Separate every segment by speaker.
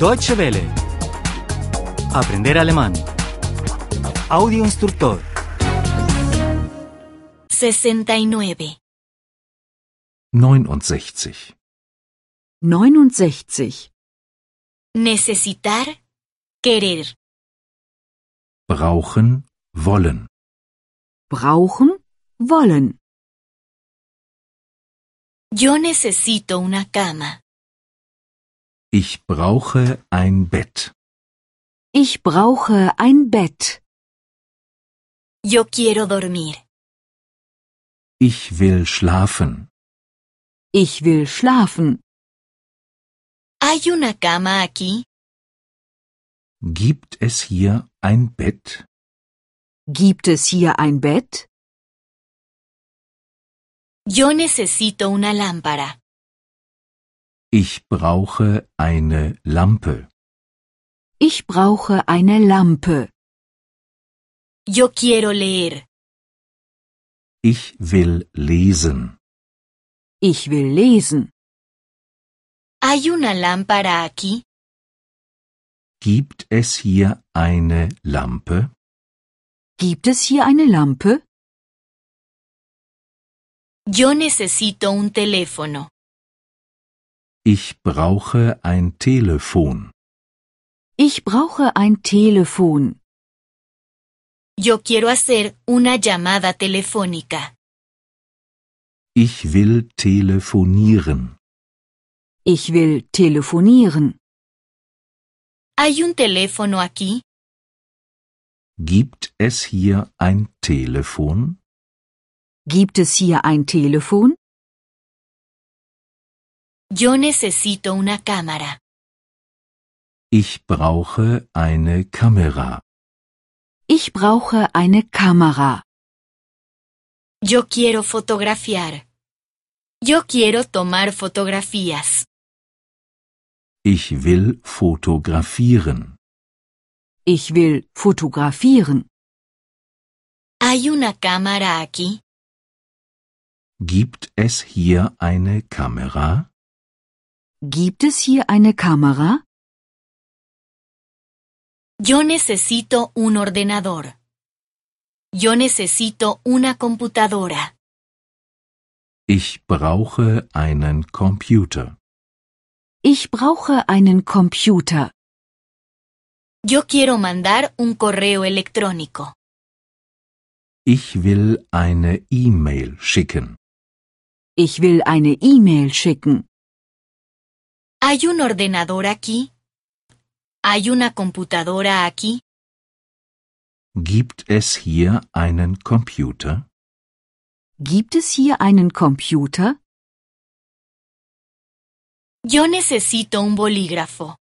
Speaker 1: Deutsche Welle. Aprender alemán. Audio instructor.
Speaker 2: 69.
Speaker 3: 69.
Speaker 4: 69.
Speaker 2: Necesitar, querer.
Speaker 3: Brauchen, wollen.
Speaker 4: Brauchen, wollen.
Speaker 2: Yo necesito una cama.
Speaker 3: Ich brauche ein Bett.
Speaker 4: Ich brauche ein Bett.
Speaker 2: Yo quiero dormir.
Speaker 3: Ich will schlafen.
Speaker 4: Ich will schlafen.
Speaker 2: ¿Hay una cama aquí?
Speaker 3: Gibt es hier ein Bett?
Speaker 4: Gibt es hier ein Bett?
Speaker 2: Yo necesito una lámpara.
Speaker 3: Ich brauche eine Lampe.
Speaker 4: Ich brauche eine Lampe.
Speaker 2: Yo quiero leer.
Speaker 3: Ich will lesen.
Speaker 4: Ich will lesen.
Speaker 2: ¿Hay una lámpara aquí?
Speaker 3: Gibt es hier eine Lampe?
Speaker 4: Gibt es hier eine Lampe?
Speaker 2: Yo necesito un teléfono.
Speaker 3: Ich brauche ein Telefon.
Speaker 4: Ich brauche ein Telefon.
Speaker 2: Yo quiero hacer una llamada telefónica.
Speaker 3: Ich will telefonieren.
Speaker 4: Ich will telefonieren.
Speaker 2: ¿Hay un teléfono aquí?
Speaker 3: Gibt es hier ein Telefon?
Speaker 4: Gibt es hier ein Telefon?
Speaker 2: Yo necesito una cámara.
Speaker 3: Ich brauche eine Kamera.
Speaker 4: Ich brauche eine Kamera.
Speaker 2: Yo quiero fotografiar. Yo quiero tomar fotografías.
Speaker 3: Ich will fotografieren.
Speaker 4: Ich will fotografieren.
Speaker 2: ¿Hay una cámara aquí?
Speaker 3: Gibt es hier eine Kamera?
Speaker 4: Gibt es hier eine Kamera?
Speaker 2: Yo necesito un ordenador. Yo necesito una computadora.
Speaker 3: Ich brauche einen Computer.
Speaker 4: Ich brauche einen Computer.
Speaker 2: Yo quiero mandar un correo electrónico.
Speaker 3: Ich will eine E-Mail schicken.
Speaker 4: Ich will eine E-Mail schicken.
Speaker 2: ¿Hay un ordenador aquí? ¿Hay una computadora aquí?
Speaker 3: Gibt es hier einen Computer?
Speaker 4: Gibt es hier einen Computer?
Speaker 2: Yo necesito un bolígrafo.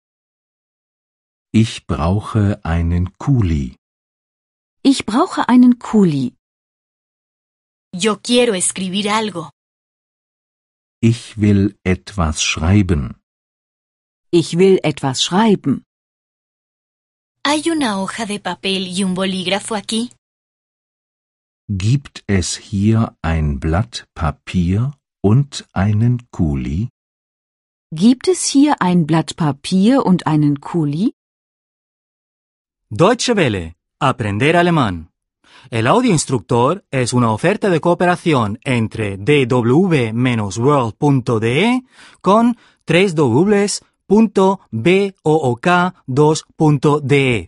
Speaker 3: Ich brauche einen Kuli.
Speaker 4: Ich brauche einen Kuli.
Speaker 2: Yo quiero escribir algo.
Speaker 3: Ich will etwas schreiben.
Speaker 4: Ich will etwas schreiben.
Speaker 2: ¿Hay una hoja de papel y un bolígrafo aquí?
Speaker 3: Gibt es hier ein Blatt Papier und einen Kuli?
Speaker 4: Gibt es hier ein Blatt Papier und einen Kuli?
Speaker 1: Deutsche Welle. Aprender alemán. El audio instructor es una oferta de cooperación entre dw-world.de con 3 2de